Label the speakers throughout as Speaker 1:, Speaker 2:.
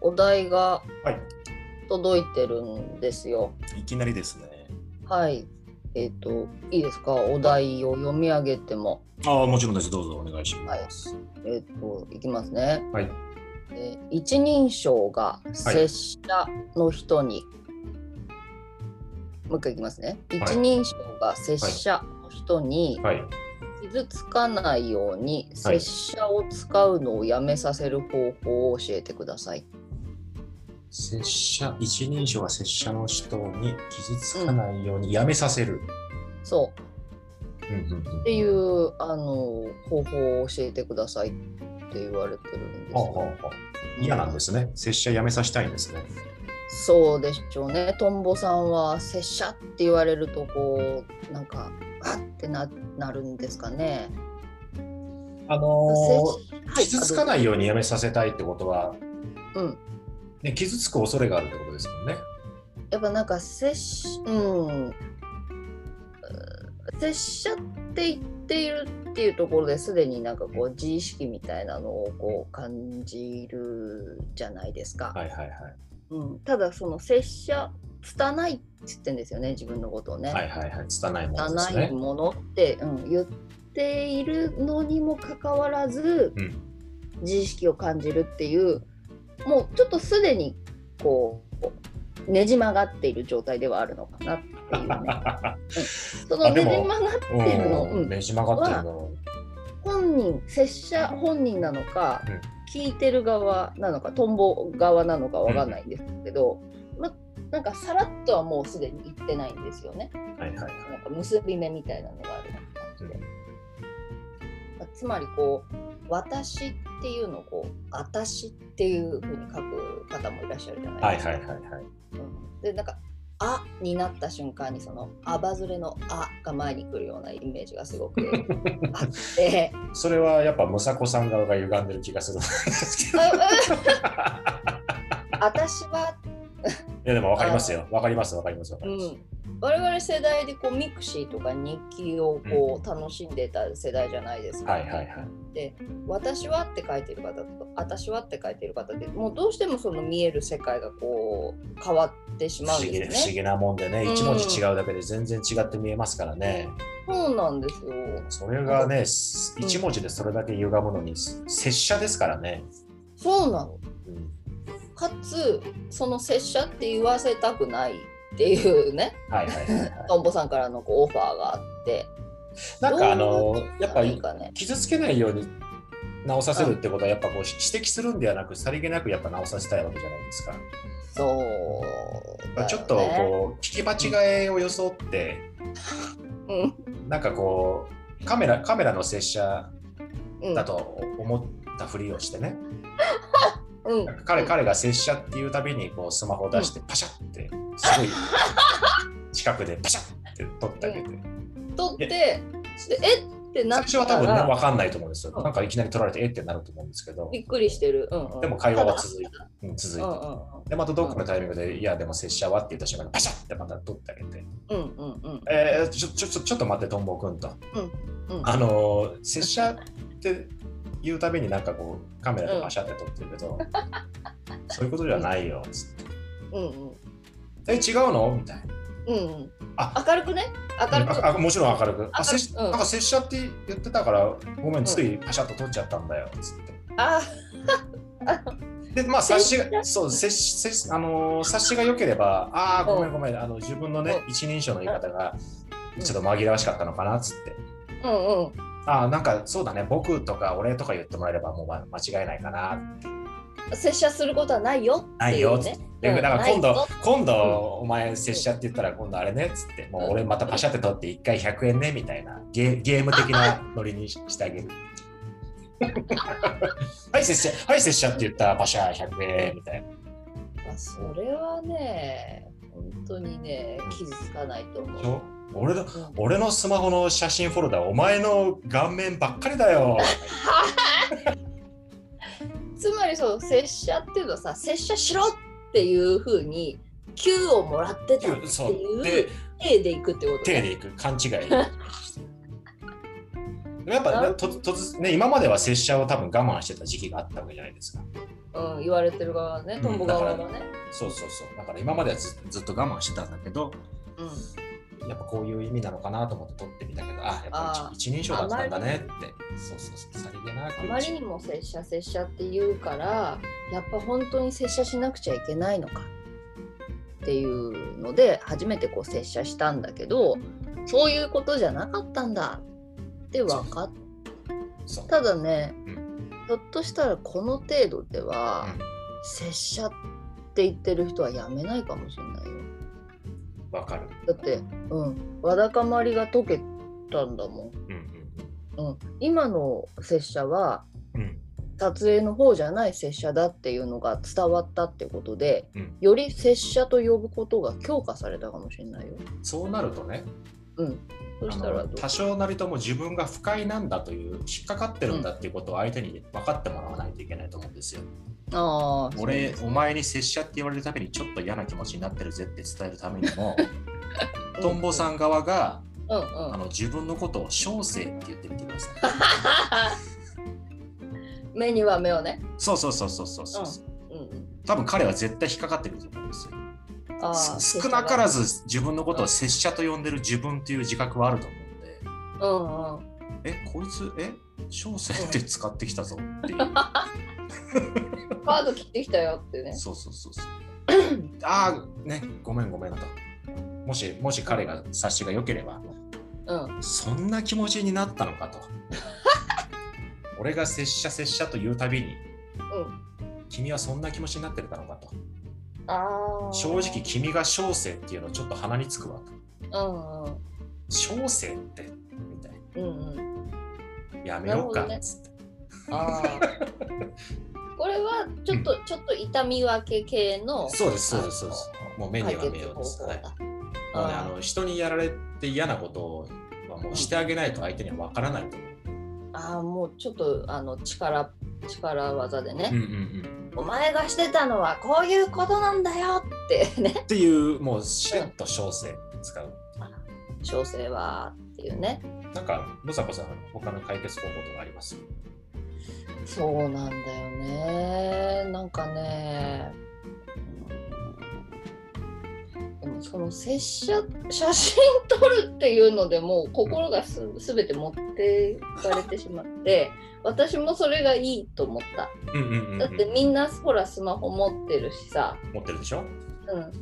Speaker 1: お題が
Speaker 2: はい
Speaker 1: 届いてるんですよ。
Speaker 2: いきなりですね。
Speaker 1: はい。えっ、と、いいですか、お題を読み上げても。
Speaker 2: ああ、もちろんです。どうぞお願いします。
Speaker 1: えっ、と、いきますね。
Speaker 2: はい。
Speaker 1: えー一人称が拙者の人に。もう一回いきますね。
Speaker 2: い
Speaker 1: 一人称が拙者の人に
Speaker 2: はい。
Speaker 1: 傷つかないように
Speaker 2: はい
Speaker 1: 拙者を使うのをやめさせる方法を教えてください。
Speaker 2: 拙者、一人称は拙者の人に傷つかないようにやめさせる。
Speaker 1: そう。
Speaker 2: うんうんうん
Speaker 1: っていうあの方法を教えてくださいって言われてるんです
Speaker 2: はあ
Speaker 1: よ
Speaker 2: はあはあ嫌なんですね。拙者やめさせたいんですね。
Speaker 1: そうでしょうねトンボさんは拙者って言われるとこうなんかあってななるんですかね
Speaker 2: あ
Speaker 1: 拙
Speaker 2: の
Speaker 1: 者
Speaker 2: ー、傷つかないようにやめさせたいってことは、
Speaker 1: うん
Speaker 2: ね、傷つく恐れがあるってことですもんね。
Speaker 1: やっぱなんか拙者うんうー拙者って言っているっていうところですでになんかこう自意識みたいなのをこう感じるじゃないですか。
Speaker 2: はいはいはい。
Speaker 1: うん、ただその拙者拙いって言ってんですよね自分のことをね、
Speaker 2: はいはいはい。拙いものです
Speaker 1: 拙い
Speaker 2: ね。
Speaker 1: ものって、うん、言っているのにもかかわらず、
Speaker 2: うん
Speaker 1: 自意識を感じるっていうもうちょっとすでにこうねじ曲がっている状態ではあるのかなっていう ねその
Speaker 2: あ
Speaker 1: ね
Speaker 2: で
Speaker 1: じ
Speaker 2: も
Speaker 1: 曲がっているの、
Speaker 2: う
Speaker 1: うん
Speaker 2: ん。ねじ曲がってるの。
Speaker 1: 本人拙者本人なのか、
Speaker 2: うん
Speaker 1: 聞いてる側なのかトンボ側なのかわかんないんですけど、まなんかさらっとはもうすでに言ってないんですよね
Speaker 2: はいはいはい。
Speaker 1: なんか結び目みたいなのがある感じで、つまりこう「私」っていうのをこう「あたし」っていうふうに書く方もいらっしゃるじゃな
Speaker 2: はいい
Speaker 1: ですか。
Speaker 2: はいはいはい。
Speaker 1: うんでなんか「あ」になった瞬間にその「あばずれ」の「あ」が前に来るようなイメージがすごくあ って。
Speaker 2: それはやっぱむさこさん側が歪んでる気がするんですけど。い
Speaker 1: 私は、
Speaker 2: やでもわかりますよ。わかりますわかりますわか
Speaker 1: う
Speaker 2: ります。
Speaker 1: ん、我々世代でこうミクシーとか日記をこう楽しんでた世代じゃないですか。
Speaker 2: はいはいはい。
Speaker 1: で「私は」って書いてる方と「私は」って書いてる方でもうどうしてもその見える世界がこう変わってし
Speaker 2: 不
Speaker 1: まう
Speaker 2: 思
Speaker 1: ん
Speaker 2: 議で
Speaker 1: で
Speaker 2: 不
Speaker 1: す
Speaker 2: 思
Speaker 1: ね。
Speaker 2: 議なもんでね、
Speaker 1: うん
Speaker 2: 一文字違うだけで全然違って見えますからね。
Speaker 1: そうなんですよ。
Speaker 2: それがね、す一文字でそれだけ歪むのに、拙者ですからね。
Speaker 1: そうなの。
Speaker 2: うん
Speaker 1: かつその拙者って言わせたくないっていうね
Speaker 2: はいはいはい はい。
Speaker 1: トンボさんからのこうオファーがあって
Speaker 2: なんかあ
Speaker 1: ど
Speaker 2: の
Speaker 1: ういう時
Speaker 2: やっぱ
Speaker 1: がい
Speaker 2: り
Speaker 1: いかね。
Speaker 2: 傷つけないように直させるってことはやっぱこう指摘するんではなくさりげなくやっぱ直させたいわけじゃないですか。
Speaker 1: そうだよね、
Speaker 2: ちょっとこう聞き間違えを装って
Speaker 1: うん
Speaker 2: なんかこうカメラカメラの拙者
Speaker 1: うん
Speaker 2: だと思ったふりをしてね、
Speaker 1: うん
Speaker 2: なんか彼彼が拙者っていうたびにこうスマホを出してパシャってすごい 近くでパシャって撮ってあげて、
Speaker 1: 取ってでえってな
Speaker 2: 最
Speaker 1: っ
Speaker 2: 初
Speaker 1: た
Speaker 2: は多分ね
Speaker 1: ら
Speaker 2: 分かんないと思うんですよ、
Speaker 1: うん
Speaker 2: なんかいきなり撮られてえってなると思うんですけど、
Speaker 1: びっくりしてる、うんうん
Speaker 2: でも会話は続いて、うん続い
Speaker 1: うん
Speaker 2: て、
Speaker 1: う
Speaker 2: でまたどっかのタイミングで「いやでも拙者は」って言った瞬間にパシャってまた撮ってあげて
Speaker 1: んうんうんうん
Speaker 2: 「えー、ちょちょちょちょっと待ってトンボくん」と。
Speaker 1: うん
Speaker 2: あのー拙者って言うためになんかこうカメラでバシャって撮ってる けど、そういうことじゃないよつって
Speaker 1: うんうん
Speaker 2: え違うのみたいな
Speaker 1: うんうん
Speaker 2: あ
Speaker 1: 明るくね明るく
Speaker 2: ああもちろん明るくあ
Speaker 1: 明るく
Speaker 2: 拙者
Speaker 1: うん
Speaker 2: なんか拙者って言ってたからごめんついパシャッと撮っちゃったんだよつって。
Speaker 1: あ
Speaker 2: でまあ察し
Speaker 1: 拙
Speaker 2: がそう接し接しあのー察しが良ければああごめ
Speaker 1: うん
Speaker 2: ごめんあの自分のね
Speaker 1: う
Speaker 2: 一人称の言い方が
Speaker 1: うん
Speaker 2: ちょっと紛らわしかったのかなつって
Speaker 1: うんうん
Speaker 2: ああなんかそうだね僕とか俺とか言ってもらえればもうま間違いないかな
Speaker 1: 拙者することはないよっ
Speaker 2: な
Speaker 1: て
Speaker 2: い
Speaker 1: い
Speaker 2: よ
Speaker 1: う
Speaker 2: っつっ
Speaker 1: ね
Speaker 2: て。でだから今
Speaker 1: うんない
Speaker 2: 度
Speaker 1: ぞ、
Speaker 2: 今度お前拙者って言ったら今度あれねっつって、もう俺またパシャって取って1回100円ねみたいなゲーゲーム的なノリにししてあげる。 はい拙者、はい拙者って言ったらパシャ100円みたいな。
Speaker 1: あそれはね本当にね傷つかないと思う
Speaker 2: そう俺の
Speaker 1: うん
Speaker 2: 俺のスマホの写真フォルダ、お前の顔面ばっかり だよ。
Speaker 1: つまりそう拙者っていうのはさ拙者しろっていうふうに Q をもらってたって
Speaker 2: そ
Speaker 1: いうう
Speaker 2: で、
Speaker 1: 体でいくってこと
Speaker 2: 手
Speaker 1: ね
Speaker 2: でいく、勘違い。でもやっぱ、ね、と突ね今までは拙者を多分我慢してた時期があったわけじゃないですか。
Speaker 1: うん、言われてる側ね、トンボ側がね。
Speaker 2: そうそうそうだから今まではずずっと我慢してたんだけど
Speaker 1: うん、
Speaker 2: やっぱこういう意味なのかなと思って撮ってみたけどあやっぱ
Speaker 1: あー
Speaker 2: り一一人称だったんだねってそうそうそうさりげなく
Speaker 1: あまりにも拙者拙者って言うからやっぱ本当に拙者しなくちゃいけないのかっていうので初めてこう拙者したんだけどそういうことじゃなかったんだって分かっ
Speaker 2: そう
Speaker 1: ただね、
Speaker 2: う
Speaker 1: ひょっとしたらこの程度では
Speaker 2: うん
Speaker 1: 拙者って言ってる人はやめないかもしれないよ。
Speaker 2: わかる
Speaker 1: だって、うん、わだかまりが解けたんだも
Speaker 2: うん
Speaker 1: ん。うん、今の拙者は
Speaker 2: うんうん
Speaker 1: 撮影の方じゃない拙者だっていうのが伝わったってことで、
Speaker 2: うん
Speaker 1: より拙者と呼ぶことが強化されたかもしれないよ。
Speaker 2: そうなるとね
Speaker 1: うん。そ
Speaker 2: あ
Speaker 1: したら
Speaker 2: の
Speaker 1: どう
Speaker 2: 多少なりとも自分が不快なんだという引っかかってるんだっていうことを相手に分かってもらわないといけないと思うんですよ。
Speaker 1: ああ、
Speaker 2: 俺お前に拙者って言われるためにちょっと嫌な気持ちになってるぜって伝えるためにもトンボさ
Speaker 1: ん。
Speaker 2: ん側が
Speaker 1: うんう
Speaker 2: あ
Speaker 1: ん。
Speaker 2: の自分のことを小生って言ってみてください。
Speaker 1: 目には目をね。
Speaker 2: そうそうそうそうそうそう。
Speaker 1: うんうん。
Speaker 2: 多分彼は絶対引っかかってくると思うんですよ。
Speaker 1: ああ、
Speaker 2: す少なから
Speaker 1: ず。
Speaker 2: ず自分のことを拙者と呼んでる自分という自覚はあると思うんで、
Speaker 1: うんうん。
Speaker 2: え、こいつ、え、小生って使ってきたぞっていう。
Speaker 1: カード切ってきたよってね。
Speaker 2: そうそうそうそう。ああ、ね、ごめんごめんと。もし、もし彼が察しが良ければ、
Speaker 1: うん。
Speaker 2: そんな気持ちになったのか と。俺が拙者拙者と言うたびに、
Speaker 1: うん。
Speaker 2: 君はそんな気持ちになってたのかと。
Speaker 1: ああ。
Speaker 2: 正直、君が小生っていうのちょっと鼻につくわと。
Speaker 1: うんうん。
Speaker 2: 小生って、みたい
Speaker 1: うんうん。
Speaker 2: な。やめようか
Speaker 1: なるほどね、
Speaker 2: つって。
Speaker 1: あ あ。これはちょっと、ちょっと痛み分け系の。
Speaker 2: そうです、そうです、そうです。もう目には目をです。
Speaker 1: 解
Speaker 2: はい
Speaker 1: 決方法だ
Speaker 2: なのであの人にやられて嫌なことはもうしてあげないと相手には分からないと思う。
Speaker 1: ああもうちょっとあの力力技で
Speaker 2: うん
Speaker 1: ね、
Speaker 2: うんうん
Speaker 1: お前がしてたのはこういうことなんだよって ね
Speaker 2: っていうもうしれっと小生使う。
Speaker 1: 調整はっていうね
Speaker 2: なんか、むさこさん、他の解決方法とかあります
Speaker 1: そうなんだよねなんかねうんでもその拙者写真撮るっていうのでもう心がす全て持っていかれてしまって私もそれがいいと思った
Speaker 2: うんうんうん、
Speaker 1: だってみんなほらスマホ持ってるしさ、
Speaker 2: 持ってるでしょ
Speaker 1: うん、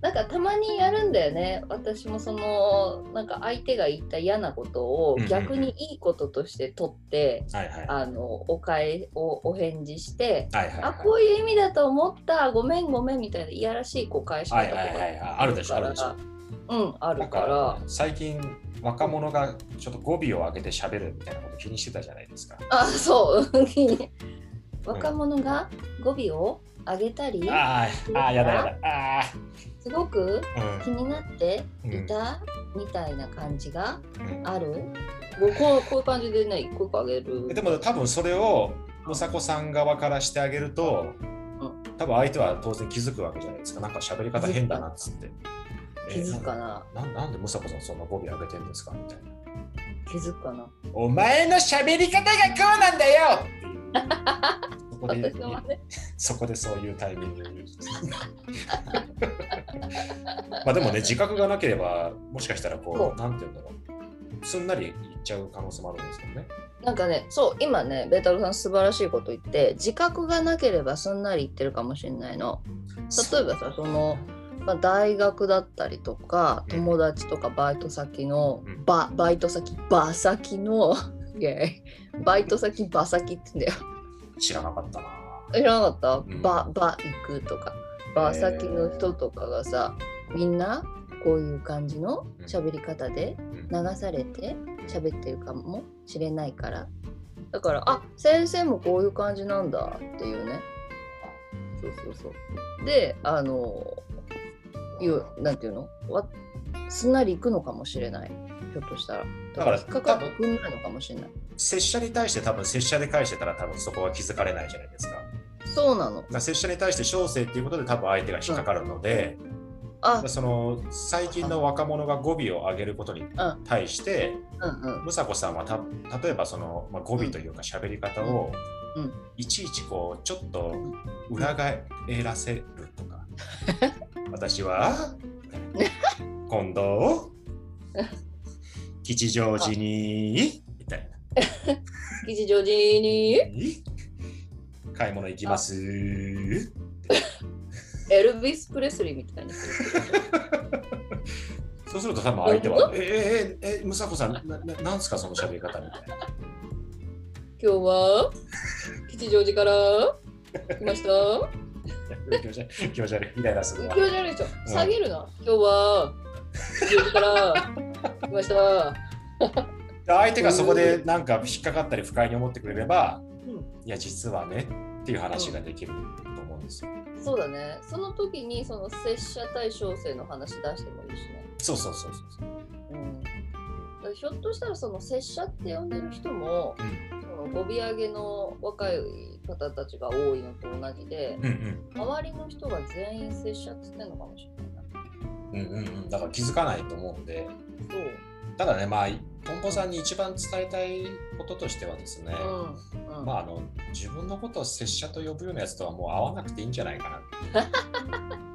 Speaker 1: なんかたまにやるんだよね私もそのなんか相手が言った嫌なことを
Speaker 2: うんうん
Speaker 1: 逆にいいこととして取って、
Speaker 2: はいはい。
Speaker 1: あのお返おお返事して。
Speaker 2: はいはい、はい。
Speaker 1: あこういう意味だと思ったごめんごめんみたいないやらしい誤解し方
Speaker 2: はい
Speaker 1: とか
Speaker 2: はいはいはい。あるでしょ、あるでしょ。
Speaker 1: うんある
Speaker 2: だ
Speaker 1: か
Speaker 2: からら、最近、若者がちょっと語尾を上げて喋るみたいなこと気にしてたじゃないですか。
Speaker 1: あそう うん若者が語尾を上げたり
Speaker 2: あーあー、やだやだ。あ
Speaker 1: すごく
Speaker 2: あ。
Speaker 1: 気になって
Speaker 2: うん。うん
Speaker 1: いたみたいな感じが
Speaker 2: うん
Speaker 1: ある、もうこうこういう感じでね一個一個あげる
Speaker 2: でも多分それをむさこさん側からしてあげると、
Speaker 1: うん
Speaker 2: 多分相手は当然気づくわけじゃないですか。なんか喋り方変だなっつって。
Speaker 1: 気づくか
Speaker 2: え
Speaker 1: な、
Speaker 2: ーなんなんでむさこさんそんな語尾上げてんですかみたいな。
Speaker 1: 気づくかな
Speaker 2: お前の喋り方がこうなんだよっていう。そこで
Speaker 1: 私のね
Speaker 2: そこでそういう タイミング。まあでもね、自覚がなければ、もしかしたらこ
Speaker 1: そう
Speaker 2: う、なんて言うんだろう。すんなりいっちゃう可能性もあるんですけどね。
Speaker 1: なんかねそう今ねベータロさん素晴らしいこと言って自覚がなければすんなり言ってるかもしれないの例えばさその、まあ、大学だったりとか
Speaker 2: うん
Speaker 1: 友達とかバイト先の、
Speaker 2: うん
Speaker 1: ババイト先バ先のイェイバイト先バ先って言うんだよ
Speaker 2: 知らなかったな。
Speaker 1: 知らなかった、
Speaker 2: ん
Speaker 1: ババ行くとかバ先の人とかがさみんなこういう感じの喋り方で
Speaker 2: うん
Speaker 1: 流されて喋ってるかもしれないからだからあ先生もこういう感じなんだっていうねそうそうそうであのいうなんていうのわすんなりいくのかもしれないひょっとしたらだから
Speaker 2: だ
Speaker 1: 引っ
Speaker 2: から
Speaker 1: かかってくんないのかもしれない
Speaker 2: 拙者に対して多分拙者で返してたら多分そこは気づかれないじゃないですか。だか
Speaker 1: そうなの
Speaker 2: ら拙者に対して小生っていうことで多分相手が引っかかるので、
Speaker 1: あ
Speaker 2: その最近の若者が語尾を上げることに
Speaker 1: ん
Speaker 2: 対して、
Speaker 1: うんうん
Speaker 2: むさこさんはた例えばその、まあ、語尾というか喋り方を
Speaker 1: うん
Speaker 2: いちいちこうちょっと裏返らせる とか私は今度 吉祥寺にみたいな
Speaker 1: 吉祥寺に
Speaker 2: 買い物行きます
Speaker 1: エルヴィス・プレスリーみたいな。
Speaker 2: そうすると多分相手は「えええええむさこさんなななんすかその喋り方」みたいな
Speaker 1: 今日は吉祥寺から来ました。
Speaker 2: 気持ち悪い気持ち悪いイライラするわ
Speaker 1: 気持ち悪いでしょ
Speaker 2: ん。
Speaker 1: 下げるな。今日は吉祥寺から来ました。
Speaker 2: で相手がそこでなんか引っかかったり不快に思ってくれれば、いや実はねっていう話ができると思うんですよ。
Speaker 1: そうだね。その時にその拙者対小生の話出してもいいしね。
Speaker 2: そうそうそうそうそう。
Speaker 1: うん。だからひょっとしたらその拙者って呼んでる人も、その語尾上げの若い方たちが多いのと同じで、
Speaker 2: うんうん
Speaker 1: 周りの人が全員拙者って言ってんのかもしれないな。
Speaker 2: うんうんうん、だから気づかないと思うんで
Speaker 1: そ
Speaker 2: ただねまあポンポンさんに一番伝えたいこととしてはですね、
Speaker 1: う。うん。うん、
Speaker 2: まああの自分のことを拙者と呼ぶようなやつとはもう会わなくていいんじゃないかな